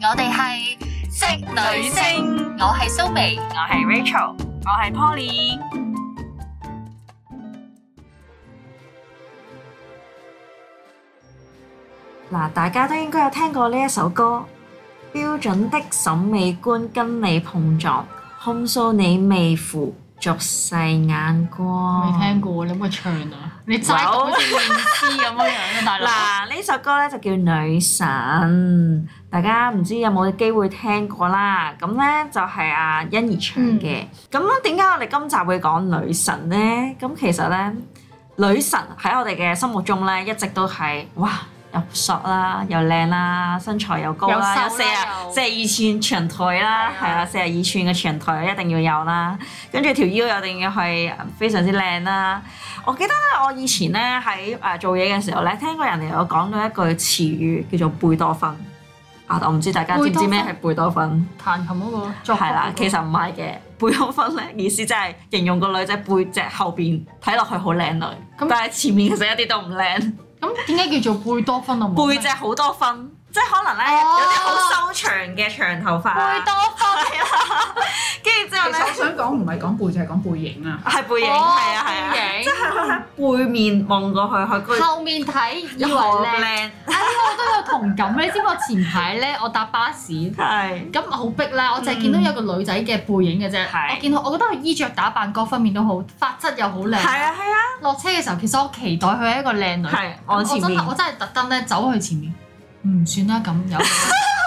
我哋係職女星，我係蘇眉，我係 Rachel，我係 Poly。嗱，大家都應該有聽過呢一首歌《標準的審美觀跟你碰撞》，控訴你未符俗世眼光。未聽哦過，你可唔可以唱啊？你齋讀有好似認詩咁樣樣啊，大佬。嗱，呢首歌咧就叫《女神》，大家唔知有冇機會聽過啦。咁咧就係阿欣怡唱嘅。咁咧點解我哋今集會講女神咧？咁其實咧，女神喺我哋嘅心目中咧，一直都係哇又索啦，又靚啦，身材又高啦，又有瘦四啦啊又四十二寸長腿啦，係係啊啦，四十二寸嘅長腿一定要有啦。跟住條腰一定要係非常之靚啦。我記得咧，我以前咧喺誒做嘢嘅時候咧，聽過人哋有講到一句詞語叫做貝多芬啊，我唔知大家知唔知咩係貝多芬？彈琴嗰個作曲係嗰啦個，其實唔係嘅，貝多芬咧意思即係形容個女仔背脊後邊睇落去好靚女，但係前面其實一啲都唔靚，咁點解叫做貝多芬啊？冇背咩脊好多分，即係可能咧有啲好修長嘅長頭髮啊，貝多芬跟住之後其咧實我想講唔係講背脊，係講背影啊。係背影，係啊係啊。背即係佢喺背面望過去，佢居影後面睇以為好靚，靚，哎呀我都有同感咧。你知唔知我前排咧我搭巴士，係咁好逼啦，我淨係見到有個女仔嘅背影嘅啫。嗯係我見到我覺得佢衣着打扮各方面都好，髮質又好係靚。啊係啊，落車嘅時候，其實我期待佢係一個靚女。係我按前真面係我真係特登咧走去前面，唔算啦咁 有。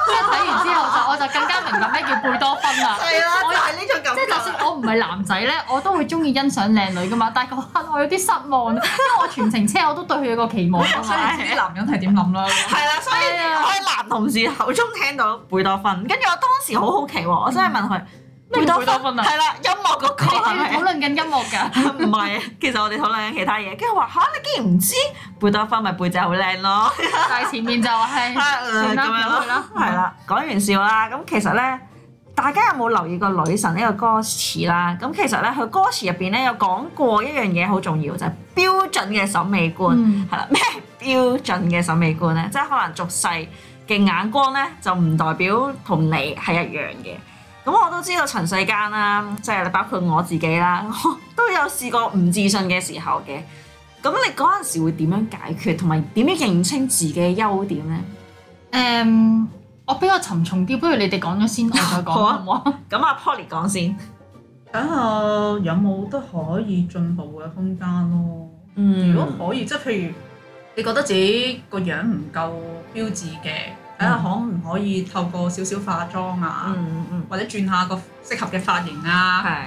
即係睇完之後就我就更加明白咩叫貝多芬啦。係啦，就係呢種感即係就算我唔係男仔咧，我都會中意欣賞靚女噶嘛。但係嗰刻 我有啲失望，因為我全程車我都對佢有個期望 㗎所以嘛。你知啲男人係點諗啦。係啦，所以係啊我喺男同事口中聽到貝多芬，跟住我當時好好奇喎，我真係問佢咩叫貝多芬啊係啦，音樂嗰個我係哋要討 咪？論緊音樂㗎。 唔係，啊其實我哋討論緊其他嘢，跟住話吓你竟然唔知貝多芬咪背脊好靚咯，但係前面就 係算咁啦，樣由佢啦咯，，係。啦，講完笑啦，咁其實咧。大家有冇留意過《女神》呢個歌詞啦？咁其實咧，佢歌詞入邊咧有講過一樣嘢好重要，就係、標準嘅審美觀。嗯，係啦，咩標準嘅審美觀咧？即係可能俗世嘅眼光咧，就唔代表同你係一樣嘅。咁我都知道塵世間啦，即係包括我自己啦， 我都有試過唔自信嘅時候嘅。咁你嗰陣時會點樣解決，同埋點樣認清自己嘅優點咧？嗯誒，我比較沉重啲，不如你哋講咗先，我再講好啊好唔好啊？咁阿 Polly 講先，睇下有冇得可以進步嘅空間咯。嗯如果可以，即係譬如你覺得自己個樣唔夠標緻嘅，睇下可唔可以透過少少化妝啊，嗯嗯，或者轉下個適合嘅髮型啊，係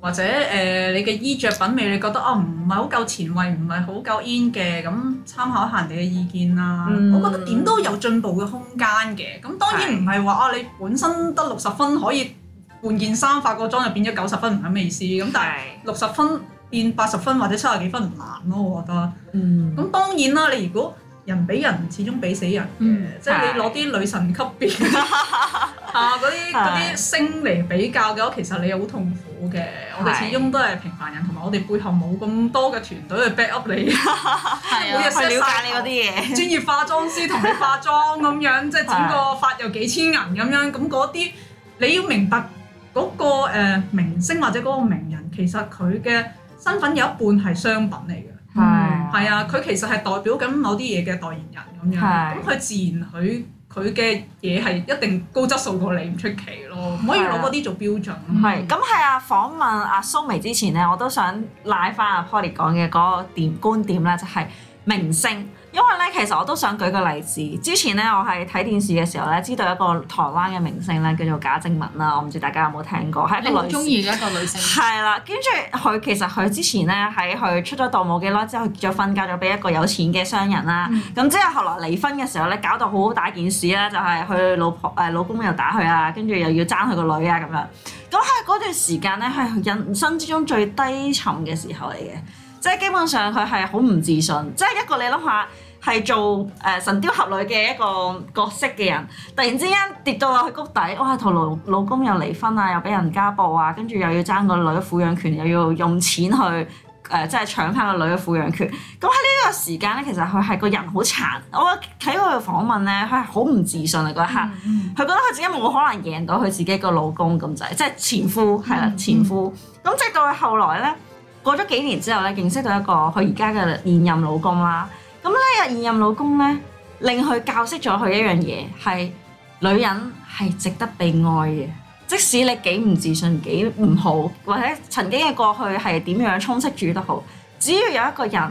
或者誒、呃你嘅衣着品味，你覺得啊唔係好夠前衞，唔係好夠 in 嘅，咁參考下人哋嘅意見啦。嗯我覺得點都有進步嘅空間嘅。咁當然係唔係話啊，你本身得六十分可以換件衫化個妝就變咗九十分，唔係咩意思。咁但係係，六十分變八十分或者七十幾分唔難咯，我覺得。嗯咁當然啦，你如果人比人，始終比死人嘅，嗯即係你攞啲女神級別 啊嗰啲嗰啲星嚟比較嘅話，其實你好痛苦嘅。我哋係始終都係平凡人，同埋我哋背後冇咁多嘅團隊去 back up 你，係每日啊，嗯去了解你嗰啲嘢， 專業化妝師同你化妝咁樣，即係整個髮又幾千銀咁樣，咁嗰啲你要明白嗰、個、呃、明星或者嗰個名人，其實佢嘅身份有一半係商品嚟嘅。嗯係啊，佢其實係代表緊某啲嘢嘅代言人咁樣，係咁佢自然佢佢嘅嘢係一定高質素過你唔出奇咯，唔可以係啊攞嗰啲做標準。嗯係，咁係啊！訪問阿蘇眉之前咧，我都想拉翻阿 Polly 講嘅嗰個點觀點咧，就係明星。因為咧，其實我都想舉個例子。之前咧，我係睇電視嘅時候咧，知道一個台灣嘅明星咧，叫做賈靜雯啦。我唔知大家有冇聽過，係一你個好女中士。意嘅一個女性。係啦，跟住佢其實佢之前咧喺佢出咗道冇幾耐之後佢結咗婚，嫁咗俾一個有錢嘅商人啦。嗯咁、之後後來離婚嘅時候咧，搞到好大件事啊啦，就係、佢老婆誒、呃老公又打佢啊，跟住又要爭佢個女啊咁樣。咁喺嗰段時間咧，係佢人生之中最低沉嘅時候嚟嘅，即係基本上佢係好唔自信，即係一個你諗下。係做誒、神雕俠侶嘅一個角色嘅人，突然之間跌到落去谷底，哇！同老老公又離婚啊，又俾人家暴啊，跟住又要爭個女嘅撫養權，又要用錢去誒即係搶翻個女嘅撫養權。咁喺呢個時間咧，其實佢係個人好殘。我睇佢嘅訪問咧，佢係好唔自信啊嗰一刻。佢覺得佢自己冇可能贏到佢自己個老公咁滯，即係前夫係啦，前夫。咁直到佢後來咧，過咗幾年之後咧，認識到一個佢而家嘅現任老公啦。咁呢個現任老公咧，令佢教識咗佢一樣嘢，係女人係值得被愛嘅。即使你幾唔自信、幾唔好，或者曾經嘅過去係點樣充斥住都好，只要有一個人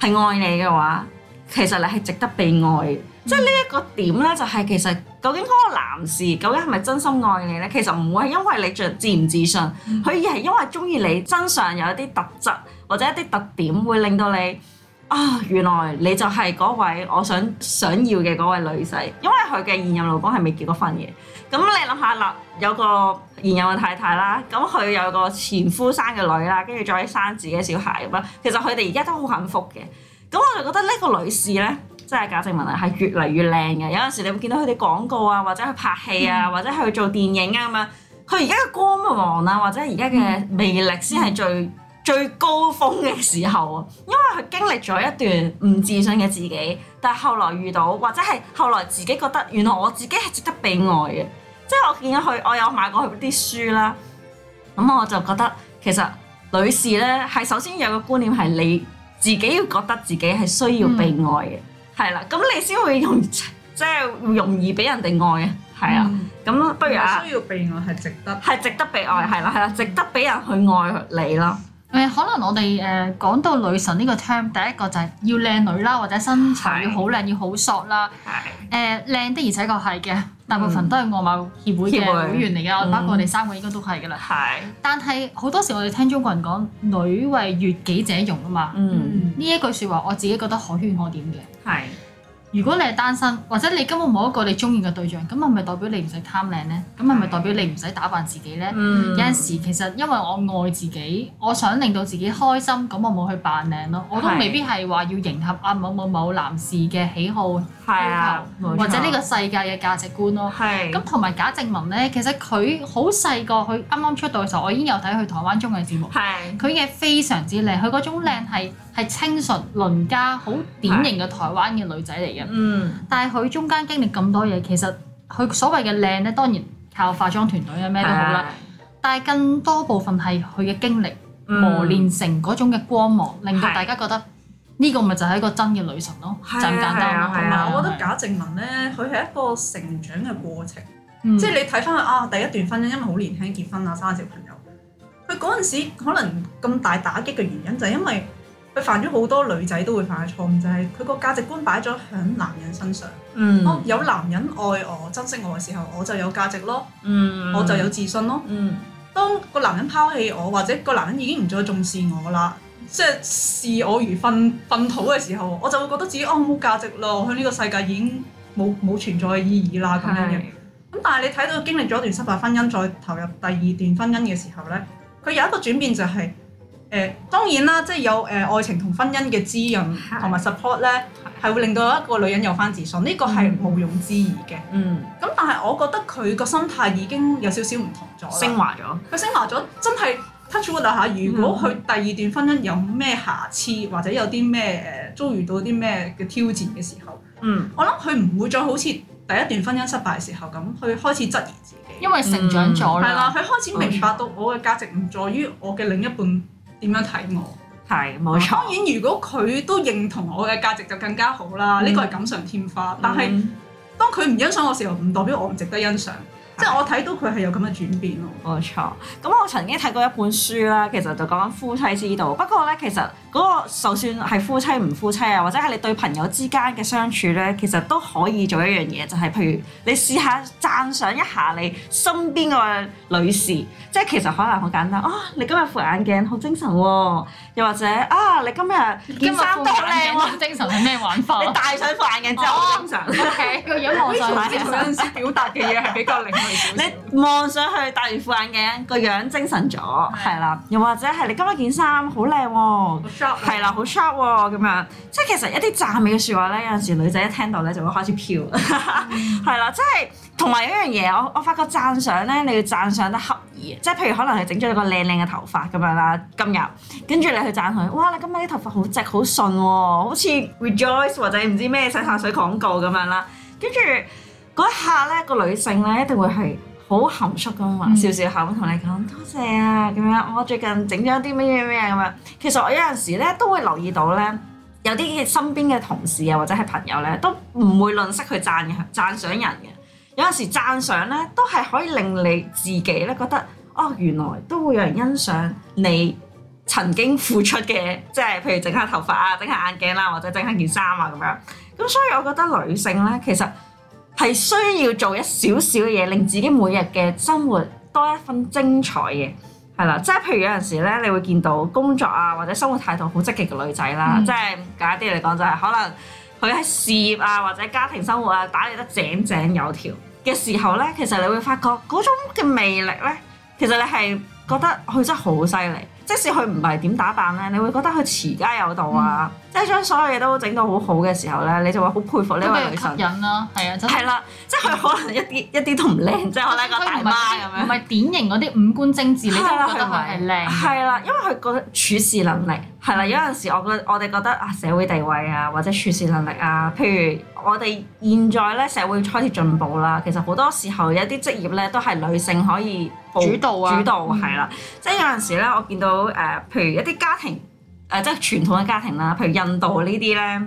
係愛你嘅話，其實你係值得被愛嘅。即係呢一個點咧，就係其實究竟嗰個男士究竟係咪真心愛你咧？其實唔會係因為你着自唔自信，佢而係因為中意你身上有一啲特質或者一啲特點，會令到你啊，原來你就係嗰位我想想要嘅嗰位女仔。因為佢嘅現任老公係未結過婚嘅，咁你諗下啦，有個現任嘅太太啦，咁佢有個前夫生嘅女啦，跟住再生自己嘅小孩咁樣，其實佢哋而家都好幸福嘅。咁我就覺得呢個女士咧，即係賈靜雯啊，係越嚟越靚嘅。有陣時你會見到佢哋廣告啊，或者去拍戲啊，或者去做電影啊咁樣。佢而家嘅光芒啊，或者而家嘅魅力先係最最高峰嘅時候啊，因為佢經歷咗一段唔自信嘅自己，但係後來遇到，或者係後來自己覺得原來我自己係值得被愛嘅。即係我見咗佢，我有買過佢啲書啦。咁我就覺得其實女士咧係首先有個觀念係你自己要覺得自己係需要被愛嘅，係啦、咁你先會容 即係容易俾人哋愛啊，係嗯啊，咁、不如啊需要被愛係值得。係值得被愛，係啦係啦，值得俾人去愛你咯，誒，可能我哋誒講到女神呢個 term，第一個就係要靚女啦，或者身材要好靚，要好索啦。係誒靚的而且確係嘅，大部分都係外貌協會嘅嗯協會會員嚟嗯嘅，包括我哋三個應該都係㗎啦。係，但係好多時我哋聽中國人講女為悅己者容啊嘛，嗯呢一句説話我自己覺得可圈可點嘅。係，如果你係單身，或者你根本冇一個你中意嘅對象，咁係咪代表你唔使貪靚呢？咁係咪代表你唔使打扮自己呢？嗯有陣時其實因為我愛自己，我想令到自己開心，咁我冇去扮靚咯。我都係未必係話要迎合啊某某某男士嘅喜好要係啊求，冇錯或者呢個世界嘅價值觀咯。係，咁同埋賈靜雯呢，其實佢好細個，佢啱啱出道嘅時候，我已經有睇佢台灣綜藝節目。係，佢嘅非常之靚，佢嗰種靚嗯係係清純鄰家，好典型嘅台灣嘅女仔嚟嘅。嗯，但係佢中間經歷咁多嘢，其實佢所謂嘅靚咧，當然靠化妝團隊啊咩嗯係都好啦。，但係更多部分係佢嘅經歷磨練成嗰種嘅光芒，令嗯到係大家覺得呢個咪就係一個真嘅女神咯，係啊就咁嗯簡單咯。係同埋啊我覺得賈靜雯咧，佢係一個成長嘅過程，嗯即係你睇翻佢啊第一段婚姻，因為好年輕結婚啊，生小朋友，佢嗰陣時可能咁大打擊嘅原因就係因為佢犯咗好多女仔都會犯嘅錯誤，就係佢個價值觀擺咗喺男人身上。哦嗯，有男人愛我、珍惜我嘅時候，我就有價值咯，嗯，我就有，自信咯。嗯，當個男人拋棄我，或者個男人已經唔再重視我啦，即係視我如糞糞土嘅時候，我就會覺得自己哦冇價值咯，我喺呢個世界已經冇冇存在嘅意義啦咁樣嘅。係，咁但係你睇到經歷咗一段失敗婚姻，再投入第二段婚姻嘅時候咧，佢有一個轉變就係、誒、當然啦，即係有誒、愛情同婚姻嘅滋潤係同埋 support 咧，係會令到一個女人有翻自信，呢、個係嗯毋庸置疑嘅。嗯，咁但係我覺得佢個心態已經有少少唔同咗啦。升華咗，佢升華咗，真係 touch wood 啊嚇！如果嗯佢第二段婚姻有咩瑕疵，或者有啲咩呃誒遭遇到啲咩嘅挑戰嘅時候，嗯，我諗佢唔會再好似第一段婚姻失敗嘅時候咁，佢開始質疑自己。因為成長咗嗯係啦啦，，佢開始明白到我嘅價值唔在於我嘅另一半點樣睇我。係，冇錯當，然，如果佢都認同我嘅價值就更加好啦，呢個係錦上添花。但係嗯當佢唔欣賞我嘅時候，唔代表我唔值得欣賞。即係我睇到佢係有咁嘅轉變咯。冇錯，咁我曾經睇過一本書啦，其實就講緊夫妻之道。不過咧，其實嗰個就算係夫妻唔夫妻啊，或者係你對朋友之間嘅相處咧，其實都可以做一樣嘢，就係、譬如你試下讚賞一下你身邊個女士，即係其實可能好簡單啊！你今日副眼鏡好精神喎、又或者啊，你今日今件日衫副都好靚眼喎，鏡精哦神係咩玩法 你戴上副眼鏡之後好精神。 ？OK，個樣望上去即係佢有陣時表達嘅嘢係比較另類少少。你望上去戴完副眼鏡，個樣精神咗，係啦，又或者係你今日件衫好靚喎。好 sharp 係啊啦，好 sharp 喎、咁樣，即係其實一啲讚美嘅説話咧，有陣時女仔一聽到咧就會開始飄，係啦、即係同埋有一樣嘢，我我發覺讚賞咧，你要讚賞得恰如嘅，即係譬如可能係整咗一個靚靚嘅頭髮咁樣啦，今日跟住你去讚佢，哇！你今日啲頭髮好直好順喎、好似 Rejoice 或者唔知咩洗髮水廣告咁樣啦，跟住嗰一下咧個女性咧一定會係。好含蓄咁話，嗯笑笑口咁同你講多謝啊咁樣，我最近整咗啲咩咩啊咩咁樣。其實我有陣時咧都會留意到咧，有啲嘅身邊嘅同事啊，或者係朋友咧，都唔會吝嗇去讚嘅讚賞人嘅。有陣時讚賞咧，都係可以令你自己咧覺得，哦，原來都會有人欣賞你曾經付出嘅，即係譬如整下頭髮啊、整下眼鏡啦，或者整下件衫啊咁樣。咁所以我覺得女性咧，其實係需要做一少少嘅嘢，令自己每日嘅生活多一份精彩嘅。係啦，即係譬如有陣時咧，你會見到工作啊或者生活態度好積極嘅女仔啦，嗯即係簡單啲嚟講就係可能佢喺事業啊或者家庭生活啊打理得井井有條嘅時候咧，其實你會發覺嗰種嘅魅力咧，其實你係覺得佢真係好犀利，即使佢唔係點打扮咧，你會覺得佢持家有道啊，即係將所有嘢都整到好好嘅時候咧，你就會好佩服呢都位俾女佢神吸。引啦，係啊，真係。係啦，即係佢可能一啲一啲都唔靚，即係可能一個大佢唔係媽啲咁樣唔。係典型嗰啲五官精緻，你都係啦會覺得佢係靚嘅。係啦，因為佢覺得處事能力係啦，有陣時我覺我哋覺得啊社會地位啊或者處事能力啊，譬如我哋現在咧社會開始進步啦，其實好多時候有啲職業咧都係女性可以報主導啊主導嗯係啦，即係有陣時咧我見到誒、呃譬如一啲家庭誒、呃即係傳統嘅家庭啦，譬如印度呢啲咧。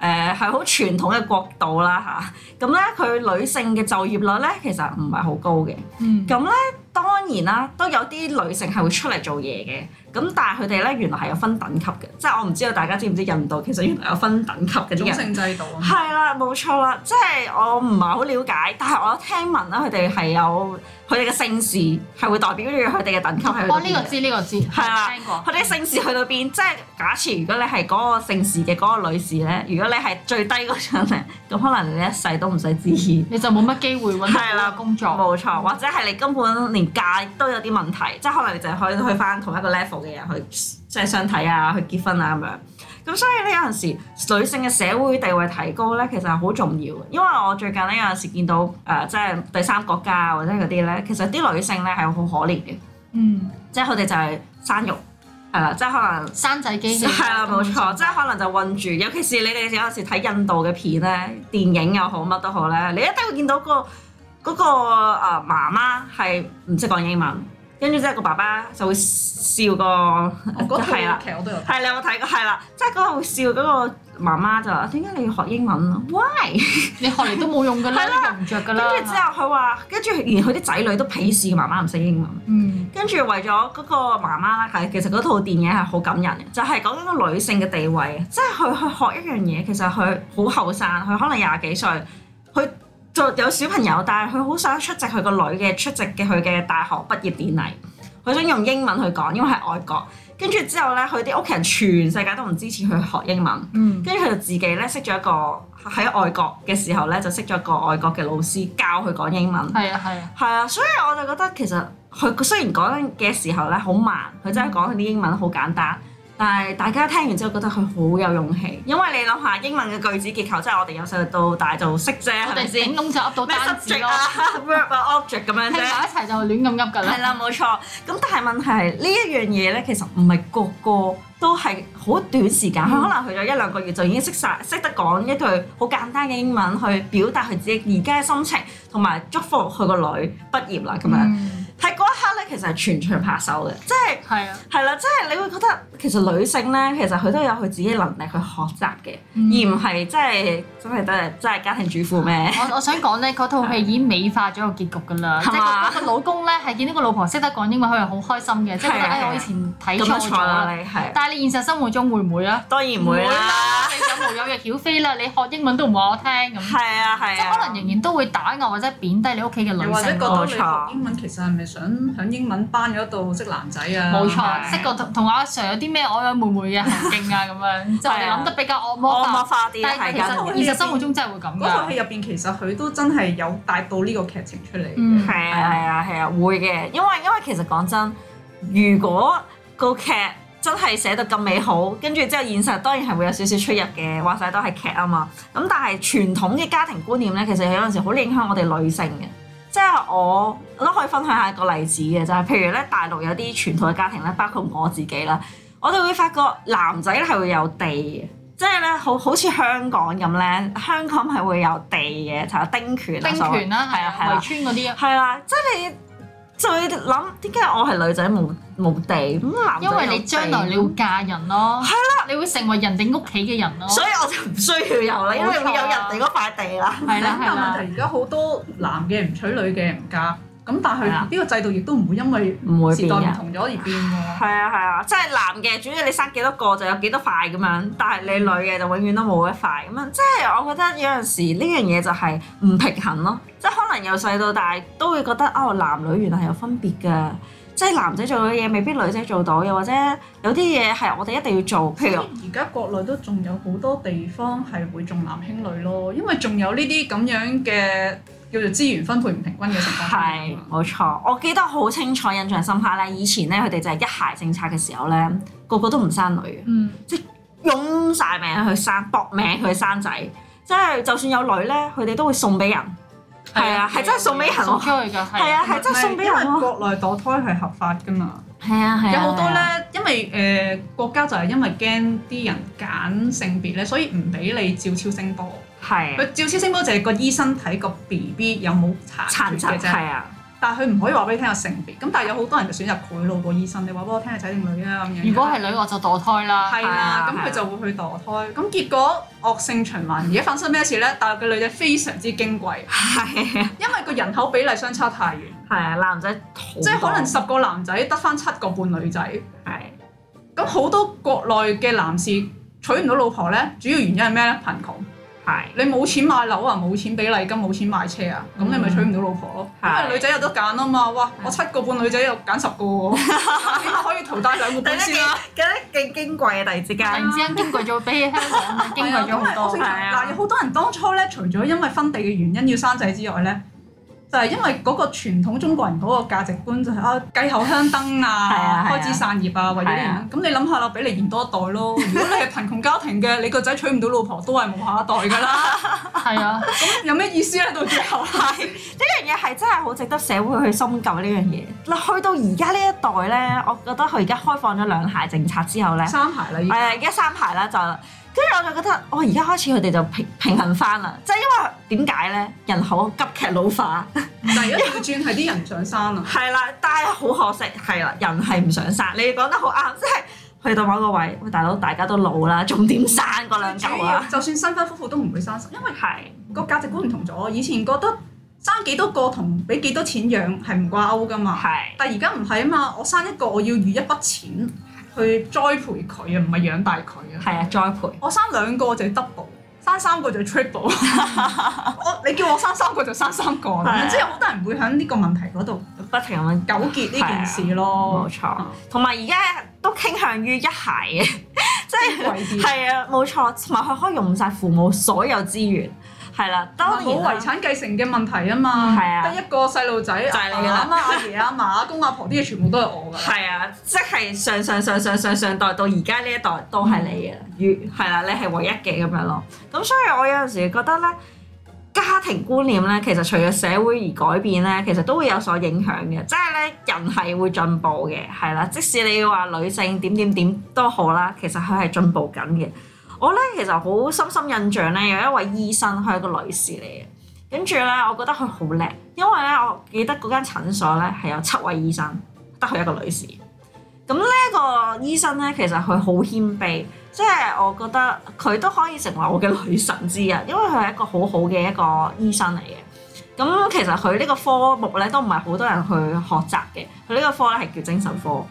誒係好傳統嘅國度啦吓，咁咧佢女性嘅就業率咧其實唔係好高嘅，嗯，咁咧當然啦，都有啲女性係會出嚟做嘢嘅，咁但係佢哋咧原來係有分等級嘅，即係我唔知道大家知唔知印度其實原來有分等級嘅啲種人。姓制度啊嘛。係啦，冇錯啦，即係我唔係好了解，但係我聽聞啦，佢哋係有佢哋嘅姓氏係會代表住佢哋嘅等級係去到我邊嗯哦呢個嘅。知呢個知，係啊聽過。佢哋姓氏去到邊？即係假設如果你係嗰個姓氏嘅嗰個女士咧，如果你係最低嗰層咧，咁可能你一世都唔使知意。你就冇乜機會揾係到啦好嘅工作。冇錯，或者係你根本連嫁都有啲問題，即係可能你就係可以去翻同一個 level 嘅人去即係相睇啊，去結婚啊咁樣。咁所以呢，有陣時女性嘅社會地位提高咧，其實係好重要嘅。因為我最近呢，有陣時見到誒、呃即係第三國家啊或者嗰啲咧，其實啲女性咧係好可憐嘅，嗯，即係佢哋就係生育係啦，即係可能。生仔機器係啦，冇錯，即係可能就困住，尤其是你哋有陣時睇印度嘅片咧，電影又好乜都好咧，你一定會見到個嗰、個啊媽媽係唔識講英文，跟住之後個爸爸就會笑個我嗰係啦套，劇我都有睇。係你有冇睇過？係啦，即係嗰個會笑嗰個媽媽就話：點解你要學英文啊？Why？你學嚟都冇用㗎啦，係啦你用唔着㗎跟啦。住之後佢話，跟住連佢啲仔女都鄙視個媽媽唔識英文。嗯，跟住為咗嗰個媽媽啦，係其實嗰套電影係好感人嘅，就係講緊個女性嘅地位，啊即係佢去學一樣嘢，其實佢好後生，佢可能廿幾歲，佢就有小朋友，但係佢好想出席佢個女嘅出席嘅佢嘅大學畢業典禮，佢想用英文去講，因為係外國。跟住之後咧，佢啲屋企人全世界都唔支持佢學英文，嗯，跟住佢就自己咧識咗一個喺外國嘅時候咧，就識咗一個外國嘅老師教佢講英文。係啊，係啊，係啊，所以我就覺得其實佢雖然講嘅時候咧好慢，佢真係講佢啲英文好簡單，但係大家聽完之後覺得佢好有勇氣，因為你諗下英文嘅句子結構，即係我哋由細到大就識啫，係我咪哋先整？窿就噏到咩單字 subject 咯，啊、verb 啊、object 咁樣啫。拼埋一齊就亂咁噏㗎係啦。啦，冇錯。咁但係問題係呢一樣嘢咧，其實唔係個個都係好短時間，佢、嗯可能去咗一兩個月就已經識晒，識得講一句好簡單嘅英文去表達佢自己而家嘅心情，同埋祝福佢個女畢業啦咁樣。嗯，睇嗰一刻咧，其實係全場拍手嘅，即係係啊，係啦，即係你會覺得其實女性咧，其實佢都有佢自己能力去學習嘅，嗯而唔係即係真係都係真係家庭主婦咩？我我想講咧，嗰套戲已經美化咗個結局㗎啦，即係嘛係個個老公咧係見到個老婆識得講英文，佢係好開心嘅，即係覺係得啊係啊哎我以前睇咁樣錯咗錯啦，啦。你係但係你現實生活中會唔會啊？當然唔會啦，你有無有日曉飛啦？你學英文都唔話我聽咁，係啊係即係啊，可能仍然都會打壓或者貶低你屋企嘅又女或者覺性咯。得你學英文其實係咪想喺英文班嗰度識男仔啊？冇係錯，識個同同阿 Sir 有啲咩我有妹妹嘅行徑啊咁 樣，即係我哋諗得比較惡哦魔我哦魔化，化啲啊但係係其緊，實現實生活中真係會咁嗰套㗎。戲入邊其實佢都真係有帶到呢個劇情出嚟嘅。嗯，係啊係啊係啊會嘅，因為因為其實講真，如果個劇真係寫到咁美好，跟住之後現實當然係會有少少出入嘅，話晒都係劇啊嘛。咁但係傳統嘅家庭觀念咧，其實有陣時好影響我哋女性嘅。即係我我都可以分享下一個例子嘅，就係、譬如咧，大陸有啲傳統嘅家庭咧，包括我自己啦，我哋會發覺男仔咧係會有地嘅，即係咧好好似香港咁咧，香港係會有地嘅，就係丁權啊丁所謂權啦，係係啊啊，係啊圍村嗰啲啊，係啦，即係你就會諗點解我係女仔冇冇地咁男仔因為你將來你有會地嫁人咯，係啦，你會成為人哋屋企嘅人咯，啊所以我就唔需要有啦，因為會有人哋嗰塊地啦。係啦係但啦問。題而家好多男嘅唔娶女嘅唔嫁，咁但係係啊呢個制度亦都唔會因為唔會時變代嘅唔。同咗而變喎。係啊係啊，即係男嘅，主要你生幾多個就有幾多塊咁樣，但係你女嘅就永遠都冇一塊咁樣。即係我覺得有陣時呢樣嘢就係唔平衡咯，即係可能由細到大都會覺得哦，男女原來係有分別㗎。即係男仔做嘅嘢未必女仔做到，又或者有啲嘢係啊我哋一定要做，譬如而家國內都仲有好多地方係會重男輕女咯，因為仲有呢啲咁樣嘅叫做資源分配唔平均嘅情況出現係啊嘛。冇錯，我記得好清楚，印象深刻咧。以前咧佢哋就係一孩政策嘅時候咧，個個都唔生女嘅。嗯，用晒命去生，搏命去生仔，即係就算有女咧，佢哋都會送俾人，係啊，係真係送俾人喎送出，去㗎，係係啊，啊，係真係送俾人唔係因為喎，國內墮胎係合法㗎嘛。係啊，係啊，有好多係啊，咧，因為誒、呃、國家就係因為驚啲人揀性別咧，所以唔俾你照超聲波。係啊佢照超聲波就係個醫生睇個 B B 有冇殘殘缺疾嘅啫，係啊，但係佢唔可以話俾你聽有性別。咁但係有好多人就選擇賄賂個醫生，你話俾我聽係仔定女啊咁樣。如果係女我就墮胎啦，係啦，係咁啊佢就會去墮胎。咁結果惡性循環。而家發生咩事咧？大陸嘅女仔非常之矜貴，係啊，因為個人口比例相差太遠，係啊，男仔好多即係可能十個男仔得翻七個半女仔。係咁好多國內嘅男士娶唔到老婆咧，主要原因係咩咧？貧窮，係你冇錢買樓啊，冇錢俾禮金，冇錢買車啊，咁你咪娶唔到老婆咯。嗯係因為女仔有得揀啊嘛，哇！我七個半女仔又揀十個 喎，點可以淘汰兩個半先啦？嗰啲勁矜貴啊！突然之間突然之間經過咗比起香港經過咗係啊咁咪好我多正，係常啊嗱，有好多人當初咧，除咗因為分地嘅原因要生仔之外咧。就係因為嗰個傳統中國人嗰個價值觀就係啊繼後香燈係啊啊，係啊開枝散葉啊，為咗呢係啊樣。咁你諗下啦，俾你延多一代咯。如果你係貧窮家庭嘅，你個仔娶唔到老婆都係冇下一代㗎 啦。係啊，有咩意思咧？到最後啊係呢樣嘢係真係好值得社會去深究呢樣嘢。嗱，去到而家呢一代咧，我覺得佢而家開放咗兩孩政策之後咧。三孩啦，已係啊，經而家三排啦就係啦，跟住我就覺得，我而家開始佢哋就平平衡翻啦，即係因為點解咧？人口急劇老化，但係而家調轉係啲人唔想生啊。係啦，但係好可惜係啦，人係唔想生。你講得好啱，即係去到某個位，喂大佬，大家都老啦，仲點生嗰兩主嚿要啊？就算新婚夫婦都唔會生，因為係個價值觀唔同咗。以前覺得生幾多個同俾幾多錢養係唔掛鈎㗎嘛。係但而家唔係啊嘛，我生一個我要預一筆錢去栽培佢啊，唔係養大佢啊。係啊，栽培我生兩個就 double，生三個 就 triple。我你叫我生三個就生三個咁係啊樣，即係好多人會喺呢個問題嗰度不停咁樣糾結呢件事咯冇。錯，同埋而家都傾向於一孩嘅，即係矜貴啲係啊，冇錯，同埋佢可以用晒父母所有資源，係啦，當然冇啦遺產繼承嘅問題啊嘛，係啊得一個細路仔，就係你㗎啦阿爸阿媽、阿爺、阿嫲、阿公、阿婆啲嘢全部都係我㗎啦。係啊，即係上上上上上上代到而家呢一代都係你嘅，越係啦，你係唯一嘅咁樣咯。咁所以我有陣時覺得咧，家庭觀念咧，其實隨住社會而改變咧，其實都會有所影響嘅。即係咧，人係會進步嘅，係啦。即使你話女性點點點都好啦，其實佢係進步緊嘅。我咧其實好深深印象咧，有一位醫生，佢係一個女士嚟嘅。跟住咧，我覺得佢好叻，因為咧，我記得嗰間診所咧係有七位醫生，得佢一個女士。咁呢個醫生咧，其實佢好謙卑，即係我覺得佢都可以成為我嘅女神之一，因為佢係一個好好嘅一個醫生嚟嘅。咁其實佢呢個科目咧都唔係好多人去學習嘅，佢呢個科咧係叫精神科，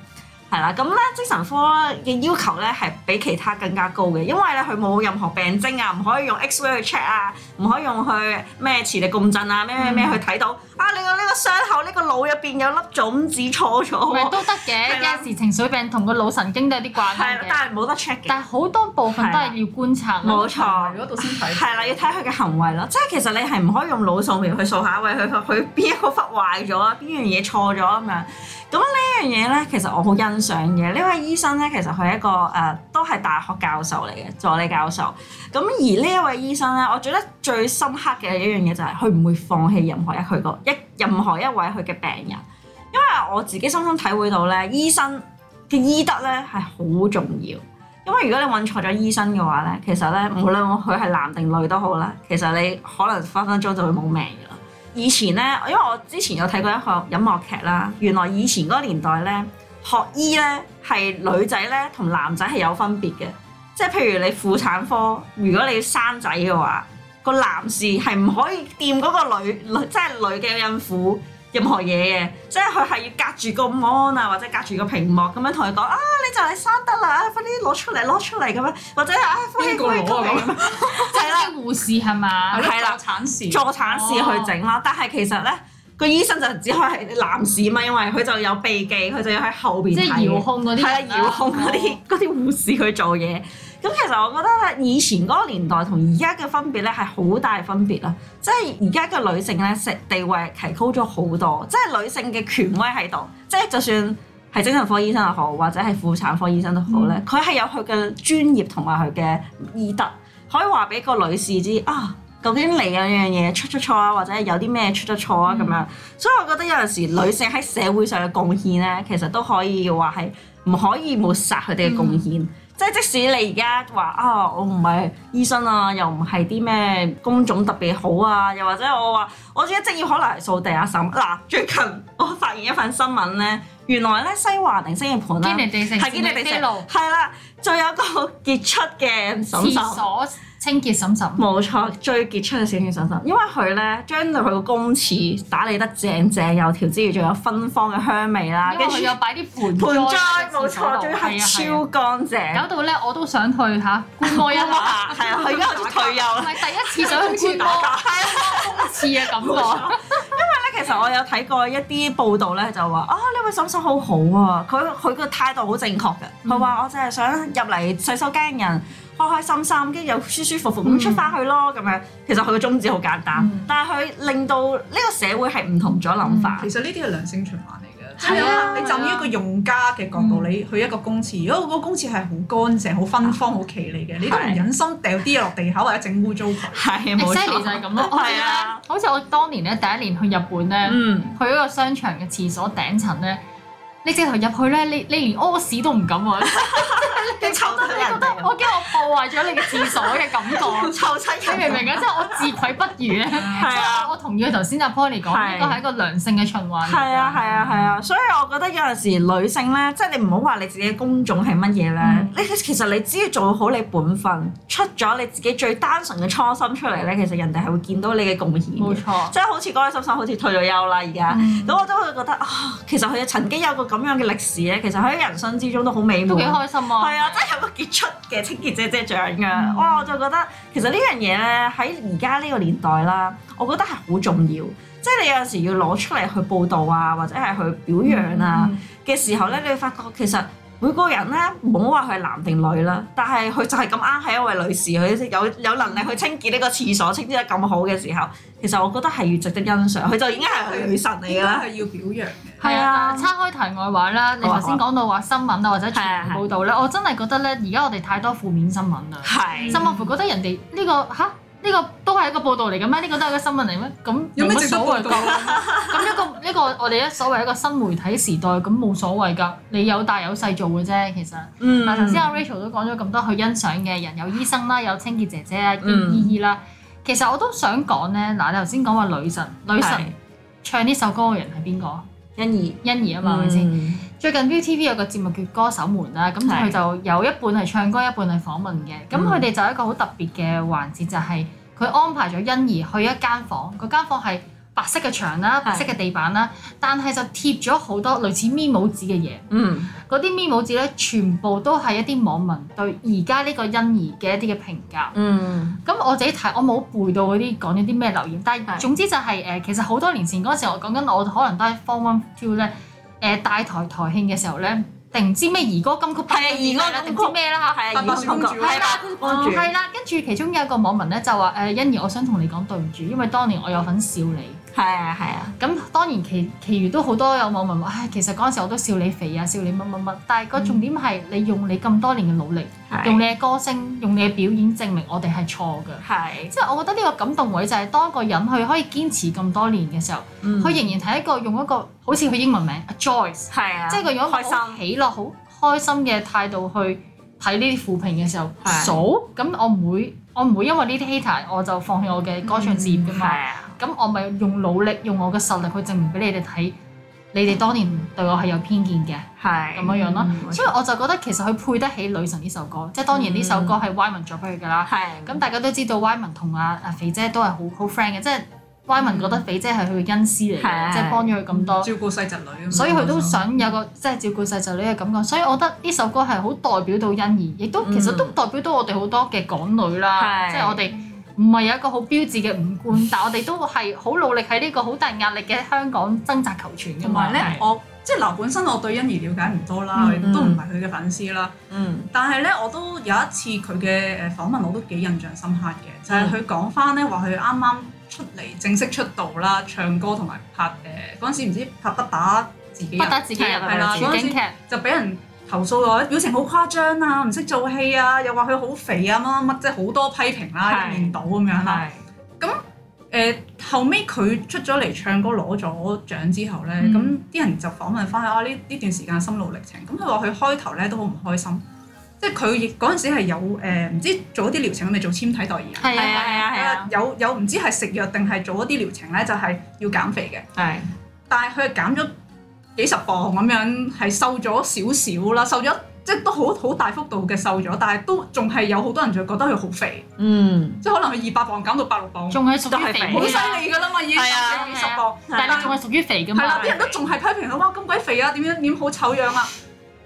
係啦。咁咧精神科嘅要求咧係比其他更加高嘅，因為咧佢冇任何病徵啊，唔可以用 X-ray 去 check 啊，唔可以用去咩磁力共振啊，咩咩咩去睇到啊你個呢個傷口呢、個腦入邊有粒種子錯咗咪喎。都得係嘅。啦有時情緒病同個腦神經都有啲掛係鈎啦，嘅，但係冇得 check 嘅。啊但係好多部分都係要觀察冇咯。錯，嗰度先睇。係啦，要睇佢嘅行為咯。即係其實你係唔可以用腦掃描去掃下，喂佢佢佢邊一個忽壞咗啊，邊樣嘢錯咗咁樣。咁呢樣嘢咧，其實我好欣賞嘅。呢位醫生咧，其實佢係一個誒、呃都係大學教授嚟嘅助理教授。咁而呢一位醫生咧，我覺得最深刻嘅一樣嘢就係佢唔會放棄任何一佢個一任何一位佢嘅病人，因為我自己深深體會到咧，醫生嘅醫德咧係好重要。因為如果你揾錯咗醫生嘅話咧，其實咧無論佢係男定女都好啦，其實你可能分分鐘就會冇命㗎啦。以前咧，因為我之前有睇過一個音樂劇啦，原來以前嗰個年代咧，學醫咧係女仔咧同男仔係有分別嘅，即係譬如你婦產科，如果你要生仔嘅話，個男士係唔可以掂嗰個女女即係女嘅孕婦任何嘢嘅，即係佢係要隔住個 mon 啊，或者隔住個屏幕咁樣同佢講啊，你就嚟生得啦，啊快啲攞出嚟攞出嚟咁樣，或者啊呼邊氣個呼氣攞呼啊氣咁？係啦，護士係嘛？係啦助產士助產士去整哦啦，但係其實咧個醫生就只可以係男士嘛，因為佢就有避忌，佢就要喺後邊即係睇遙控嗰啲係人啊，啦遙控嗰 啲嗰啲護士去做嘢。咁其實我覺得咧，以前嗰個年代同而家嘅分別咧係好大分別啦。即係而家嘅女性咧，食地位提高咗好多，即係女性嘅權威喺度。即係就算係精神科醫生又好，或者係婦產科醫生都好嗯咧，佢係、有佢嘅專業同埋佢嘅醫德，可以話俾個女士知啊。究竟你有樣嘢出咗錯啊，或者有啲咩出咗錯啊咁嗯樣，所以我覺得有陣時女性喺社會上嘅貢獻咧，其實都可以話係唔可以抹殺佢哋嘅貢嗯獻。即係即使你而家話啊，我唔係醫生啊，又唔係啲咩工種特別好啊，又或者我話我自己職業可能係掃地阿嬸。嗱，最近我發現一份新聞咧，原來咧西環定星月盤啦堅，尼地城啊係堅尼地飛城路，係啦，仲有個傑出嘅嬸廁嬸。所清潔嬸嬸，冇錯，最傑出嘅小犬上身，因為佢咧將佢個公廁打理得正正有條之餘，仲有芬芳嘅香味啦，因為跟佢住有擺啲盆盆栽栽冇錯，仲要係啊超乾淨。啊搞到咧我都想去嚇觀摩一有冇 下，啊？係啊，佢而家好似退休 唔啦。係第一次想去觀摩，一次嘅感覺。其實我有睇過一啲報道咧，就話啊呢位嬸嬸好好啊，佢佢個態度好正確嘅。嗯佢話我淨係想入嚟洗手間嘅人開開心心，跟住又舒舒服服咁出翻去咯咁樣。其實佢個宗旨好簡單，嗯但係佢令到呢個社會係唔同咗諗法。其實呢啲係良性循環嚟嘅，即係啊係嗯你站於一個用家嘅角度，你去一個公廁，如果個公廁係好乾淨、好芬芳、好企理嘅，你都唔係忍心掉啲嘢落地下或者整污糟佢。係 e 冇 x 錯，a c t l 就係咁咯。我哋係啊咧，好似我當年咧第一年去日本咧，嗯，去嗰個商場嘅廁所頂層咧，你直頭入去咧，你你連屙屎都唔敢啊！跟臭親你覺人得哋，我驚我破壞咗你嘅廁所嘅感覺，臭親你明唔人，明啊？即係我自愧不如咧。係啊。我同意頭先阿 Polly 講，係呢個係一個良性嘅循環。係啊，係啊，係啊，所以我覺得有陣時女性咧，即係你唔好話你自己嘅工種係乜嘢咧，嗯你其實你只要做好你本分，出咗你自己最單純嘅初心出嚟咧，其實人哋係會見到你嘅貢獻冇嘅。錯。即係好似嗰位心心好似退咗休啦而家，嗯咁、我都會覺得啊，其實佢曾經有個咁樣嘅歷史咧，其實喺人生之中都好美都幾滿。開心啊！係啊，真係有個傑出嘅清潔姐姐獎㗎。嗯哇！我就覺得其實呢樣嘢咧喺而家呢個年代啦，我覺得係好重要。即係你有陣時要攞出嚟去報導啊，或者係去表嗯揚啊嘅時候咧，你會發覺其實每個人咧，冇話佢係男定女啦，但係佢就係咁啱係一位女士，佢有有能力去清潔呢個廁所，清潔得咁好嘅時候，其實我覺得係要值得欣賞。佢就已經係女神嚟應㗎該啦。係要啊表揚嘅。係係啊啊，岔開題外話啦，你好啊頭先講到話新聞啊或者傳係啊係媒報道咧，我真係覺得咧，而家我哋太多負面新聞啦，係甚至乎覺得人哋呢個吓，呢個都係一個報道嚟嘅咩？呢個都係一個新聞嚟咩？咁有咩冇乜值得所報謂道啊㗎？ 咁一個呢個我哋一所謂一個新媒體時代，咁冇所謂㗎，你有大有細做嘅啫，其實。嗯啊嗱，頭先阿 Rachel 都講咗咁多佢欣賞嘅人，有醫生啦，有清潔姐姐啊，嗯姨姨啦。其實我都想講咧，嗱，你頭先講話女神，女係神唱呢首歌嘅人係邊個？欣宜欣宜啊啊嘛，係咪先？先？最近 ViuTV 有個節目叫《歌手們》啦，咁係佢就有一半係唱歌，一半係訪問嘅。咁嗯佢哋就有一個好特別嘅環節，就係、佢安排咗欣宜去一間房，嗰間房係白色嘅牆啦、係白色嘅地板啦，但係就貼咗好多類似咪帽子嘅嘢。嗯嗰啲咪帽子咧，全部都係一啲網民對而家呢個欣宜嘅一啲嘅評價。嗯咁我自己睇，我冇背到嗰啲講咗啲咩留言，但係係總之就係、誒、其實好多年前嗰陣時，我講緊我可能都係 Form One Two 咧，誒、大台台慶嘅時候咧，定唔知咩兒歌金曲，係啊兒歌金曲定唔知咩啦嚇。哦係白啊，白雪公主係啦，公主係啦，跟住其中有一個網民咧就話誒、欣怡，我想同你講對唔住，因為當年我有份笑你，係啊係啊，咁當然其其餘都好多有網民話，唉，其實嗰陣時我都笑你肥啊，笑你乜乜乜，但係個重點係你用你咁多年嘅努力，用嗯係你嘅歌聲，用你嘅表演證明我哋係錯㗎。係即係我覺得呢個感動位就係當一個人佢可以堅持咁多年嘅時候，嗯佢仍然係一個用一個好似佢英文名 a Joyce，係啊，即係佢用一個開好心喜樂、好開心嘅態度去睇呢啲負評嘅時候，係數咁我唔會，我唔會因為呢啲 hater 我就放棄我嘅歌唱事業㗎係嘛。啊。咁我咪用努力，用我嘅實力去證明俾你哋睇，你哋當年對我係有偏見嘅係咁樣樣咯。嗯所以我就覺得其實佢配得起《女神》呢首歌，即係當然呢嗯首歌係 Y 文作俾佢㗎啦。係咁大家都知道 Y 文同阿阿肥姐都係好好 friend 嘅，即係 Y 文覺得肥姐係佢嘅恩師嚟係嘅，即係幫咗佢咁多，照顧細侄女啊嘛所以佢都想有個即係照顧細仔女嘅感覺。所以我覺得呢首歌係好代表到欣宜，亦都嗯其實都代表到我哋好多嘅港女啦，係即係我哋。唔係有一個好標誌嘅五官，但我哋都係好努力喺呢個好大壓力嘅香港掙扎求存㗎同嘛。埋咧，係我即係嗱，本身我對欣宜了解唔多啦，嗯亦都唔係佢嘅粉絲啦。嗯但係咧，我都有一次佢嘅呃誒訪問，我都幾印象深刻嘅，就係嗯佢講翻咧話佢啱啱出嚟正式出道啦，唱歌同埋拍誒嗰陣時唔知拍不打自己不人打自己人係啦處境劇，啊就俾人投訴話表情好誇張啊，唔識做戲啊，又話佢好肥啊，乜乜乜，即係好多批評啦，係一面倒咁樣啦。係誒、後尾佢出咗嚟唱歌攞咗獎之後咧，嗯咁啲、人就訪問翻佢啊呢呢段時間心路歷程。咁佢話佢開頭咧都好唔開心，即係佢亦嗰陣時係有誒唔、知做一啲療程，咪做纖體代言人。係係啊啊係啊係啊有有唔知係食藥定係做一啲療程咧，就係、要減肥嘅。係但係佢係減咗幾十磅咁樣，係瘦咗少少啦，瘦咗即係都好好大幅度嘅瘦咗，但係都仲係有好多人就覺得佢好肥，嗯即係可能佢二百磅減到百六磅，仲係屬都於係肥肥嘅，好犀利㗎啦嘛，已經瘦係啊咗幾十磅。但係你仲係屬於肥㗎係啦嘛，啲。人都仲係批評佢哇咁鬼肥啊，點樣點好醜樣啊！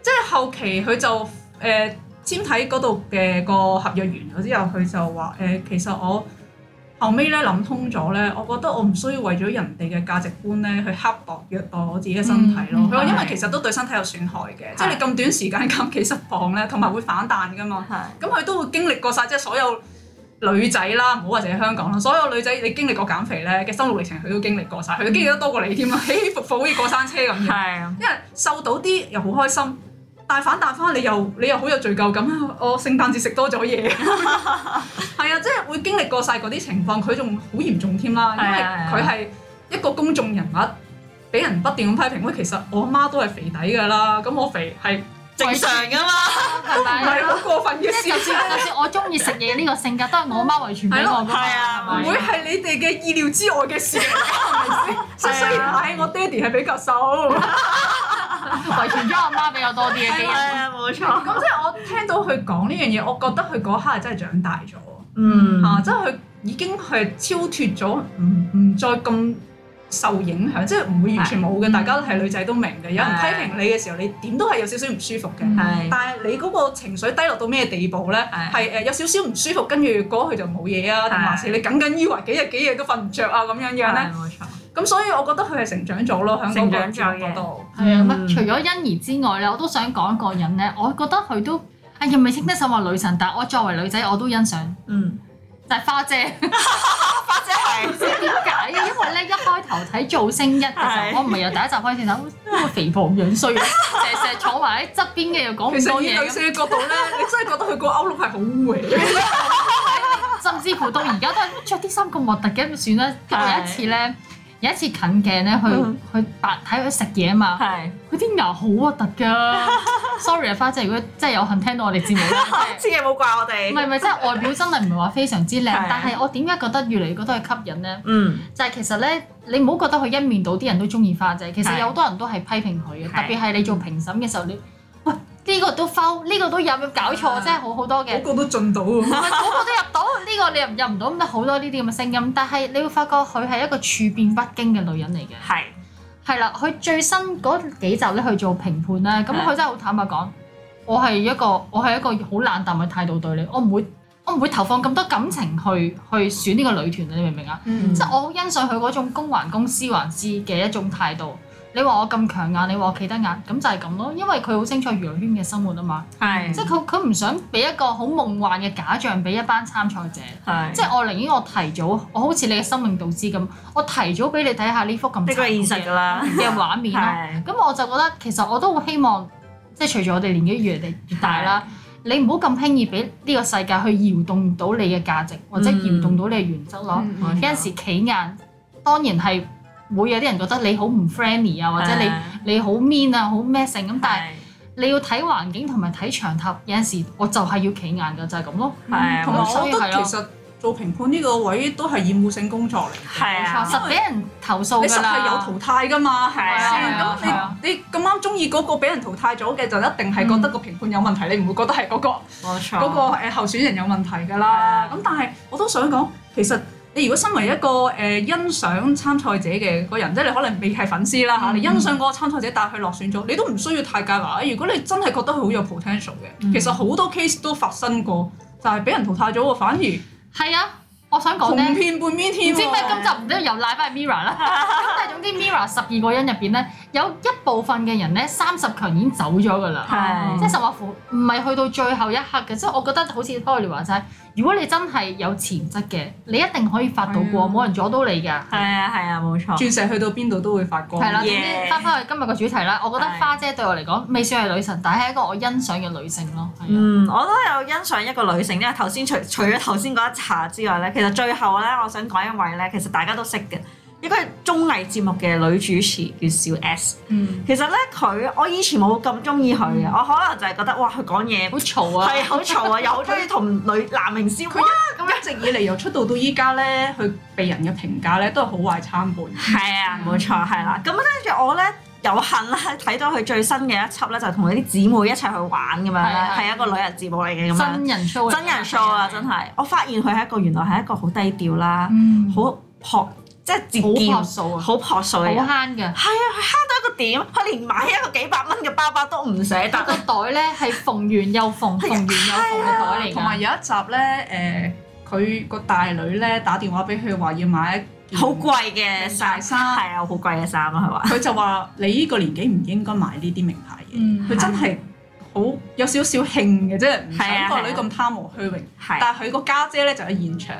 即係後期佢就誒、呃、簽睇嗰度嘅個合約完咗之後，佢就話誒、呃其實我後尾咧諗通咗咧，我覺得我唔需要為咗人哋嘅價值觀咧去刻薄虐待我自己嘅身體咯。嗯嗯佢話、因為係其實都對身體有損害嘅，即係你咁短時間減幾十磅咧，同埋會反彈㗎嘛。係咁佢都會經歷過晒，即係所有女仔啦，唔好話淨係香港啦，所有女仔你經歷過減肥咧嘅心路歷程，佢都經歷過晒，佢都經歷得多過 你添啦，啊起起伏伏好似過山車咁樣。係因為瘦到啲又好開心，但係反彈翻你又你又好有罪疚感啊！我聖誕節食多咗 嘢，係啊，即係會經歷過晒嗰啲情況，佢仲好嚴重添啦，因係啊為佢係一個公眾人物。俾人不斷咁批評，喂，其實我阿媽都係肥底㗎啦，咁我肥係正常噶嘛，係唔咪？係好過分嘅事即係就算就算我中意食嘢呢個性格，都係我媽遺傳俾我㗎嘛。係啊唔係咪會係你哋嘅意料之外嘅事， 係咪先？ 雖然係我爹哋係啊比較瘦，咁遺傳咗我媽比較多啲嘅基係因。啊冇錯，即係我聽到佢講呢樣嘢，我覺得佢嗰刻係真係長大咗，嗯啊，即係佢已經係超脱咗，唔唔再咁受影響，即係唔會完全冇嘅，係大家都嗯係女嗯仔都明嘅。有人批係評你嘅時候，你點都係有少少唔舒服嘅。係但係你嗰個情緒低落到咩地步咧？係係誒有少少唔舒服，跟住過去就冇嘢啊，定係還是你耿耿於懷幾日幾夜都瞓唔着啊咁樣樣咧？冇錯，咁所以我覺得佢係成長咗咯，喺嗰成個長咗嘅節目嗰度。係啊，嗯咁除咗欣宜之外咧，我都想講一個人咧，我覺得佢都哎呀，未稱得上話女神，但我作為女仔我都欣賞，嗯，就係、花姐。或者係唔知點解啊？因為咧一開頭睇《造星一》嘅時係候，我唔係由第一集開始睇，因為嗯肥婆咁樣衰，成成日坐埋喺側邊嘅又講咁其實多以嘢女咁，性嘅角度咧， 你真係覺得佢個 outlook 係好污嘅。甚至乎到而家都係着啲衫咁核突嘅，咁算啦。咁有一次咧，有一次近鏡咧，去嗯去白睇佢食嘢啊嘛。係佢啲牙好核突㗎 ，sorry 啊花姐，如果真係有幸聽到我哋節目咧，千祈唔好怪我哋唔係唔係，即係外表真係唔係話非常之靚，係但係我點解覺得越嚟越覺得佢吸引咧？嗯就係其實咧，你唔好覺得佢一面倒啲人都中意花姐，其實係有好多人都係批評佢嘅，係特別係你做評審嘅時候，你喂呢個都 foul，呢個都有冇搞啊錯，真係好好多嘅嗰。個都進到啊喎。唔係嗰個都入到，呢個你入入唔到，咁都好多呢啲咁嘅聲音。但係你會發覺佢係一個處變不驚嘅女人嚟嘅。係係啦，佢最新嗰幾集咧去做評判咧，咁係佢真係好坦白講，我係一個我係一個好冷淡嘅態度對你，我唔會我唔會投放咁多感情去去選呢個女團啊，你明唔明啊？嗯即係我好欣賞佢嗰種公還公私還私嘅一種態度，你話我咁強硬，你話我企得硬，咁就係咁咯。因為佢好清楚娛樂圈嘅生活啊嘛，係即係佢佢唔想俾一個好夢幻嘅假象俾一班參賽者。係即係我寧願我提早，我好似你嘅生命導師咁，我提早俾你睇下呢幅咁呢個係現實慘㗎啦，嘅畫面咯。係咁我就覺得其實我都好希望，即係隨住我哋年紀越嚟越大啦，你唔好咁輕易俾呢個世界去搖動到你嘅價值，或者嗯搖動到你嘅原則咯。嗯有陣時企硬，當然係會有啲人覺得你好唔 friendly 啊，或者你你好 mean 啊，好咩性咁，但係係你要睇環境同埋睇場合。有陣時我就係要企硬㗎，就係咁咯。係啊同埋咁所我以覺係咯得其實做評判呢個位都係厭惡性工作嚟嘅。係啊，實俾人投訴你㗎實係有啦。淘汰㗎嘛，係咪係先？啊係咁啊你你咁啱中意嗰個俾人淘汰咗嘅，就一定係覺得個評判有問題，你唔會覺得係嗰個冇錯嗰個哦誒候選人有問題㗎啊啦。咁但係我都想講，其實你如果身為一個誒、欣賞參賽者嘅個人，即係你可能未係粉絲啦嚇，嗯你欣賞嗰個參賽者，但係佢落選咗，你都唔需要太介懷。啊如果你真係覺得佢好有 potential 嘅，嗯其實好多 case 都發生過，就係俾人淘汰咗喎，反而紅係啊，我想講咧。遍半邊唔添知咩喎。今集唔知又賴翻 Mira 啦。咁但係總之 Mira 十二個人入邊咧，有一部分嘅人咧三十強已經走咗㗎啦。係即係甚或乎唔係去到最後一刻嘅，即係我覺得好似 Polly 話齋，如果你真係有潛質嘅，你一定可以發到係啊嗯過，冇人阻到你㗎。係啊係啊冇錯，鑽石去到邊度都會發光。係啦，總 Oh， Yeah 之翻返去今日嘅主題啦，我覺得係花姐對我嚟講未算係女神，但係一個我欣賞嘅女性咯。係啊，嗯，我都有欣賞一個女性，因為頭先除除咗頭先嗰一茬之外咧，其實最後咧，我想講一位咧，其實大家都識嘅，應該係綜藝節目嘅女主持叫小 S。嗯，其實咧，佢我以前冇咁中意佢嘅，我可能就係覺得哇，佢講嘢好嘈啊！係好嘈啊，又好中意同女男明星佢一直以嚟由出道到依家咧，佢被人嘅評價咧都係好壞參半。係啊，冇錯，係啦。咁跟住我咧有幸啦，睇到佢最新嘅一輯咧，就同佢啲姊妹一齊去玩咁樣係咧啊，係一個旅遊節目嚟嘅咁樣真。人 show 嚟㗎真人 show 啊，真。係！我發現佢係一個原來係一個好低調啦，嗯，好好樸即係節樸儉，素啊，好好樸素嘅人。慳㗎。係啊，佢慳到一個點，佢連買一個幾百蚊嘅包包都唔捨個得。袋咧係縫完又縫，縫完又縫嘅袋嚟㗎。啊同埋有一集咧，誒佢個大女咧打電話俾佢話要買一件好，貴嘅大衫，衫係啊，好貴嘅衫啊，佢話佢就話你呢個年紀唔應該買呢啲名牌嘢。嗯佢真係好有少少興嘅，即係唔係啊想個係女啊咁貪慕虛榮。係啊。但係佢個家姐咧就喺現場，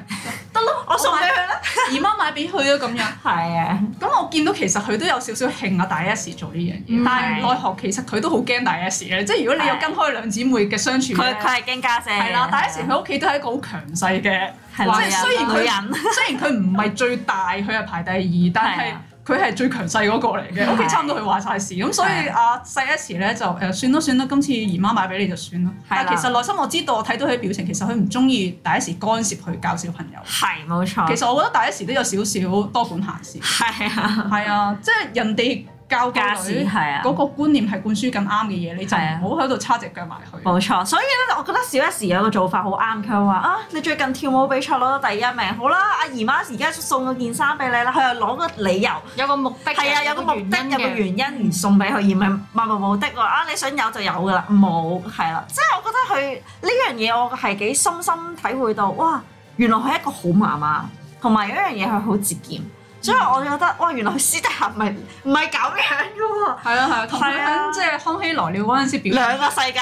我送俾佢啦。姨媽買俾佢啊咁樣。係啊，咁我見到其實佢都有少少興啊大 S 做呢樣嘢，嗯但係奈何其實佢都好驚大 S 嘅，即係如果你有跟開兩姊妹嘅相處佢咧，佢係驚家姐。係啦，大 S 佢屋企都係一個好強勢嘅。係即女係雖然佢人女人雖然佢唔係最大，佢係排第二，但係係啊佢係最強勢嗰個嚟係嘅。屋企差唔多佢話晒事，咁所以係啊阿細 S 咧就誒算啦算啦，今次姨媽買俾你就算啦。係啦但係其實內心我知道，我睇到佢表情，其實佢唔中意大 S 干涉佢教小朋友。係冇錯。，其實我覺得大 S 都有少少多管閒事 係啊，係啊，即係人哋教個家事女係啊嗰。個觀念係灌輸緊啱嘅嘢，你就係啊哦唔好喺度叉隻腳埋去。冇錯，所以咧，我覺得小 S 有個做法好啱，佢話啊，你最近跳舞比賽攞到第一名，好啦，阿姨媽而家送咗件衫俾你啦，佢又攞個理由，有個目的嘅，係啊，有個目的，有個嘅。原因而送俾佢，而唔係默默無的喎，啊，你想有就有噶啦，冇係啦，即係我覺得佢呢樣嘢，我係幾深深體會到，哇，原來佢係一個好媽媽，同埋有一樣嘢佢好節儉，所以我覺得哇，原來佢私底下唔係唔係咁樣噶喎，係啊係啊，同佢係啊喺即係康熙來了嗰陣時表兩個世界，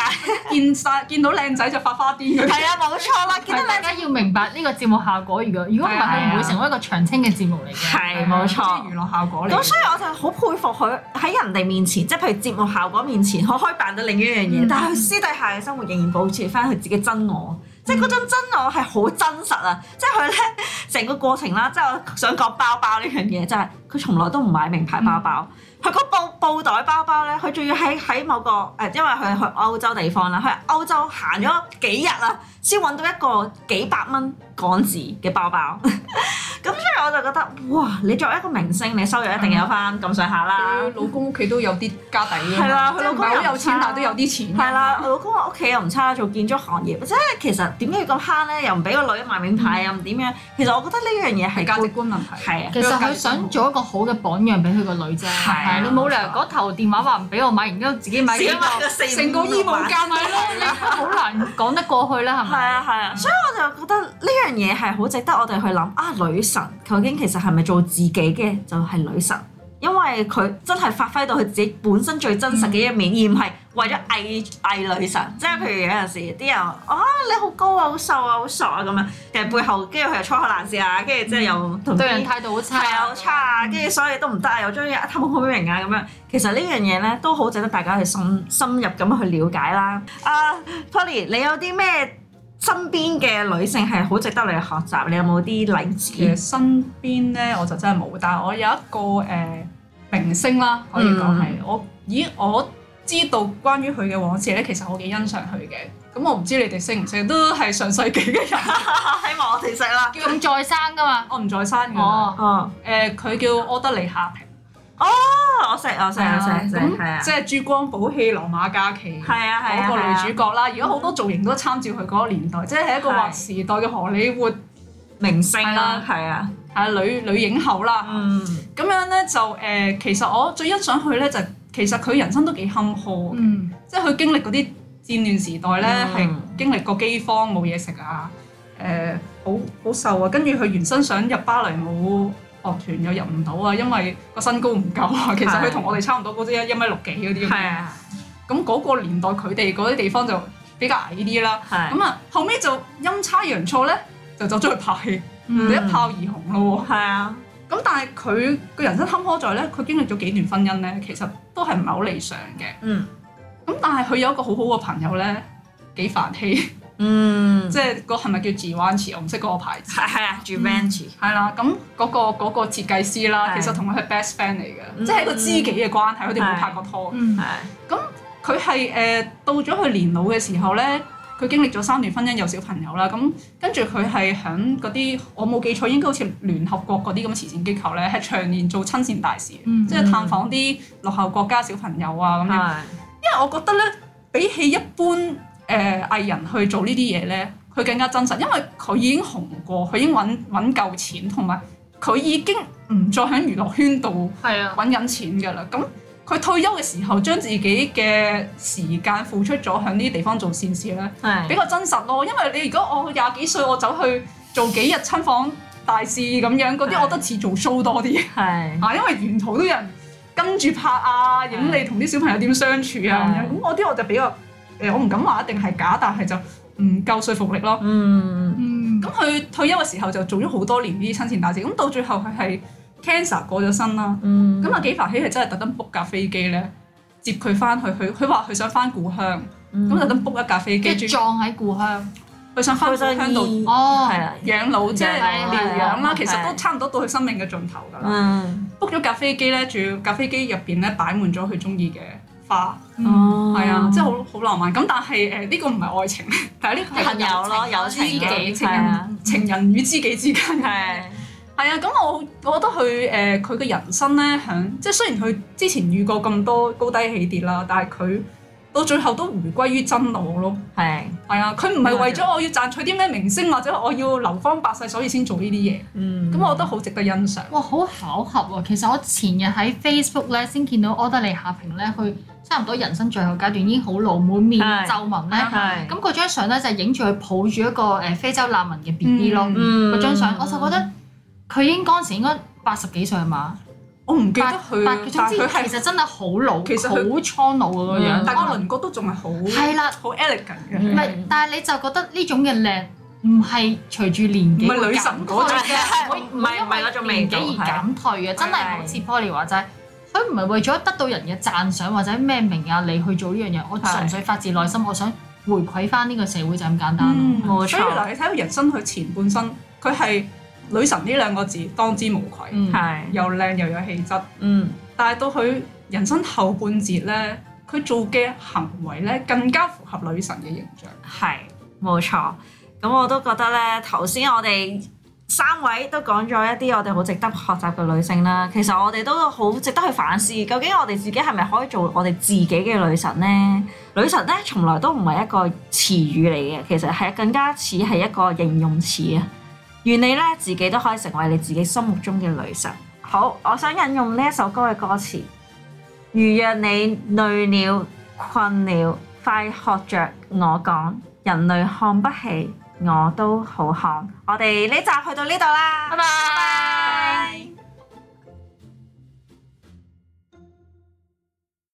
見晒見到靚仔就發花癲嗰啲。係啊，冇錯啦，見到但係你大。家要明白呢個節目效果，如果如果唔係，係啊佢唔會成為一個長青嘅節目嚟嘅。係冇即係錯。娛樂效果嚟嘅。咁所以我就好佩服佢喺人哋面前，即係譬如節目效果面前，佢可以扮到另一樣嘢，嗯但係佢私底下嘅生活仍然保持翻佢自己真我，即係嗰種真我係好真實啊！即係佢咧成個過程啦，即係我想講包包呢樣嘢，就係佢從來都唔買名牌包包，佢嗰布布袋包包咧，佢仲要喺喺某個誒，因為佢去歐洲地方啦，佢喺歐洲行咗幾日啊，先揾到一個幾百蚊港紙嘅包包。 咁所以我就覺得，哇！你作為一個明星，你收入一定有翻咁上下啦。佢老公屋企都有啲家底啊㗎嘛係啦佢即係老唔公係又好有錢差，但都有啲錢。係啦，我老公話屋企又唔差，做建築行業，即係其實點解要咁慳咧？又唔俾個女買名牌，又唔點樣？其實我覺得呢樣嘢係係價值觀問題。係啊，其實佢想做一個好嘅榜樣俾佢個女啫。係啊係你冇理由嗰頭電話話唔俾我買，然之後自己買幾個， 個四成個醫務係間咪咯，你好難講得過去啦，係咪？啊係啊，所以我就覺得呢樣嘢係好值得我哋去諗啊！女神究竟其實係咪做自己嘅就係女神？因為係佢真係發揮到佢自己本身最真實嘅一面，而唔係為咗偽偽女神。即係譬如有陣時啲人啊，你好高啊，好瘦啊，好傻啊咁樣，其實背後跟住佢又粗口爛舌啊，跟住即係又同對人啲態度好差，係啊好差啊，跟住所以都唔得啊，又中意啊氹好明啊咁樣。其實呢樣嘢咧都好值得大家去深深入咁去了解啦。啊，Polly，你有啲咩身邊嘅女性係好值得你去學習？你有冇啲例其實子？身邊咧我就真係冇，但係我有一個誒、呃明星啦，可以嗯講係、我，咦我知道關於佢嘅往事咧，其實我幾欣賞佢嘅。咁我唔知你哋識唔識，都係上世紀嘅人， 希望我哋識啦。仲在生噶嘛？我唔在生嘅。誒佢、呃哦，哦，叫柯德利夏萍，我識，我識，我識，識係啊咁，即係珠光寶氣羅馬假期。係啊，係啊，嗰個女主角啦，而家好多造型都參照佢嗰個年代，即係一個劃時代嘅荷里活明星啦啦，係啊，啊女女影后啦。嗯，咁樣咧就誒、呃其實我最欣賞佢咧就係其實佢人生都幾坎坷，嗯，即係佢經歷嗰啲戰亂時代咧，係、嗯經歷過饑荒冇嘢食啊，誒好好瘦啊，跟住佢原身想入芭蕾舞樂團又入唔到啊，因為個身高唔夠啊。其實係佢同我哋差唔多高，即係一米六幾嗰啲咁係樣。啊，咁嗰個年代佢哋嗰啲地方就比較矮啲啦。係，咁啊後尾就陰差陽錯咧，就走咗去拍戲，就嗯一炮而紅咯喎。係啊，咁但係佢個人生坎坷在咧，佢經歷咗幾段婚姻咧，其實都係唔係好理想嘅。嗯咁但係佢有一個好好嘅朋友咧，幾煩氣，嗯，即係個係咪叫字灣詞？我唔識嗰個牌子。係係啊，Givenchy，係啦，咁嗰、個嗰、個設計師啦，係其實同佢係 best friend 嚟嘅，嗯即係一個知己嘅關係，佢哋冇係拍過拖。嗯，係佢係誒到咗佢年老嘅時候咧，佢經歷咗三段婚姻，有小朋友啦。咁跟住佢係響嗰啲我冇記錯，應該好似聯合國嗰啲咁慈善機構咧，係長年做親善大使嘅。嗯即係探訪啲落後國家小朋友啊咁樣。係，因為我覺得咧，比起一般誒、呃、藝人去做呢啲嘢咧，佢更加真實，因為佢已經紅過，佢已經揾揾夠錢，同埋佢已經唔再喺娛樂圈度係啊，揾緊錢㗎啦。咁佢退休嘅時候，將自己嘅時間付出咗喺呢啲地方做善事咧，比係，較真實咯。因為你如果我廿幾歲，我走去做幾日親訪大使咁樣嗰啲，係我覺得似做 show 多 啲。係。啊，因為沿途都有人跟住拍啊，影你同啲小朋友點相處啊咁係樣。咁我啲我就比較誒、我唔敢話一定係假，但係就唔夠說服力咯。嗯，嗯，咁佢退休嘅時候就做咗好多年呢啲親善大使，咁到最後佢係 cancer 過咗身啦。嗯咁啊、紀凡喜係真係特登 book 架飛機咧接佢翻去，佢佢話佢想翻故鄉，咁、咁特登 book 一架飛跟機，住專撞喺故鄉，佢想啊翻故鄉度醫，哦，係啦，養老，即係係療養啦。係其實係都差唔多到佢生命嘅盡頭㗎啦。嗯， book 咗架飛機咧，仲要架飛機入邊咧擺滿咗佢中意嘅花，嗯，哦係啊，即係好好浪漫。咁但係誒呢個唔係愛情，但係呢個係朋友咯，友知情己、情係啊，人、情人與知己之間。係，係啊，咁我我覺得佢誒呃佢嘅人生咧，響即係雖然佢之前遇過咁多高低起跌啦，但係佢到最後都回歸於真我咯。係，係啊，佢唔係為嗯咗我要賺取啲咩明星或者我要流芳百世，所以先做呢啲嘢。嗯，咁我覺得好值得欣賞。哇，好巧合喎！其實我前日喺 Facebook 咧先見到柯德利夏萍咧，佢差唔多人生最後階段已經好老，滿面係皺紋啊咧。係，咁嗰張相咧就係影住佢抱住一個誒非洲難民嘅 B B 咯，嗯嗰張相我就覺得佢應該嗰陣時應該八十幾歲係嘛？我唔記得八佢八，總嗯但之係佢係其實真係好老，其實佢嗯好蒼老嘅個樣。大家鄰國都仲係好係啦，好 elegant 嗯嘅，唔係，但係你就覺得呢種嘅靚唔係隨住年紀唔係女神嗰會種減退嘅，唔係唔係嗰種味年道紀而係減退嘅，真係好似 Polly 話齋，佢唔係為咗得到人嘅讚賞或者咩名啊你去做呢樣嘢，我係純粹發自內心，我想回饋翻呢個社會就咁簡單咯。嗯冇錯所以嗱，你睇佢人生佢前半生，佢係女神呢兩個字當之無愧，嗯，係，又靚又有氣質。嗯，但係到佢人生後半節咧，佢做嘅行為咧更加符合女神嘅形象。係，冇錯。咁我都覺得咧，頭先我哋三位都講咗一啲我哋好值得學習嘅女性啦。其實我哋都好值得去反思，究竟我哋自己係咪可以做我哋自己嘅女神呢？女神咧，從來都唔係一個詞語嚟嘅，其實係更加似係一個形容詞啊。願你咧自己都可以成為你自己心目中嘅女神。好，我想引用呢一首歌嘅歌詞：如若你累了、困了，快學着我講，人類看不起，我都好看。我哋呢集去到呢度啦，拜拜。